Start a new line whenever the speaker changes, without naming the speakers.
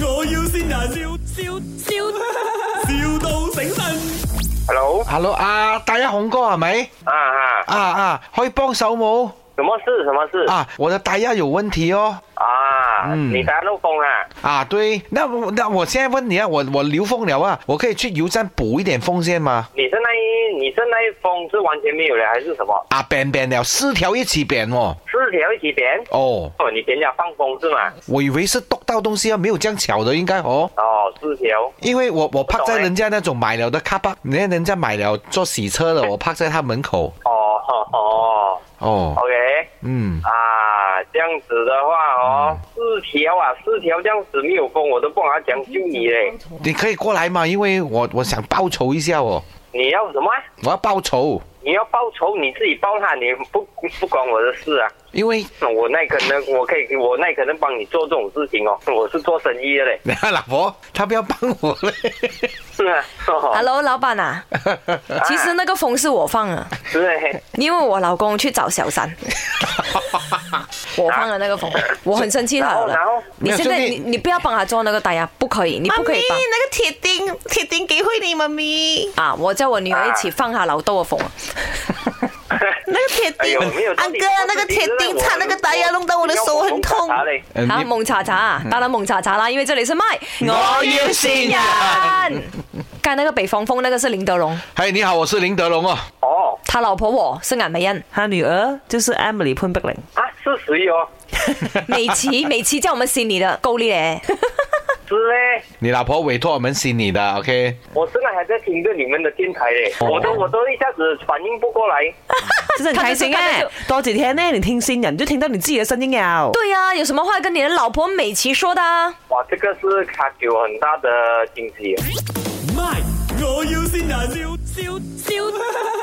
要先人，笑笑笑，,笑到醒神。
Hello，
Hello 啊，大家红哥系咪？
啊啊，
啊啊，可以帮手冇？
什么事？什么事？
啊，我的打压有问题哦。
啊，
嗯
你打漏风啊？
啊，对，那我那我现在问你啊，我我流风了啊，我可以去油站补一点风线吗？
你是那一你是那一风是完全没有的，还是什么？
啊，扁扁了，四条一起扁哦。
四条一起点？
哦，
哦，你点了放风是吗？
我以为是剁到东西啊，没有这样巧的，应该哦。
哦，四条。
因为我我趴
懂
在
哎
人家那种买了的卡巴，人家人家买了做洗车的，我趴在他门口。
哦哦哦
哦，
，OK，
嗯，
啊，这样子的话哦，四条啊，四条这样子没有风，我都不好讲究你嘞。
你可以过来嘛，因为我我想报仇一下哦，
你要什么啊？
我要报仇，
你要报仇，你自己报他，你不不关我的事啊。
因为，
我那可能我可以，我那可能帮你做这种事情哦。我是做生意的嘞
你看老婆，她不要帮我 嘞。
是啊，哦，
Hello，老板 啊，其实那个风是我放的，
是嘞，
因为我老公去找小三，我放的那个风，我很生气他
然后啊然
了。
后
你现在
没有
你
兄弟
你不要帮他做那个打压，不可以，你不可以帮
咪，那个铁钉，铁钉给会你，妈咪。
啊！我叫我女儿一起放下老豆的风，啊
那个铁
哎
钉，
呦，没有道
安
理
哥，那个铁钉插那个打牙弄到我的手很痛。
嘞。
嗯
啊，
你
蒙查查啊，当然蒙查查啦，因为这里是麦，我
要先
人。刚才那个北方风那个是林德龙，
嗨，你好，我是林德龙哦。
哦，
他老婆我是颜美 欣，
他女儿就是 Emily 潘 碧玲。
啊，是谁哦？
美琪美琪叫我们心里的够力嘞。
是嘞，
你老婆委托我们信你的，OK？
我真的还在听着你们的电台嘞，
哦
我都我都一下子反应不过来。
真係睇醒
看得出
嘅，多謝聽呢，連聽線人都聽到你自己嘅聲音有。
对呀、有什么话跟你的老婆美琪说的、啊？
哇，这个是卡给我很大的惊喜。啊
卖，我要先人，笑笑笑，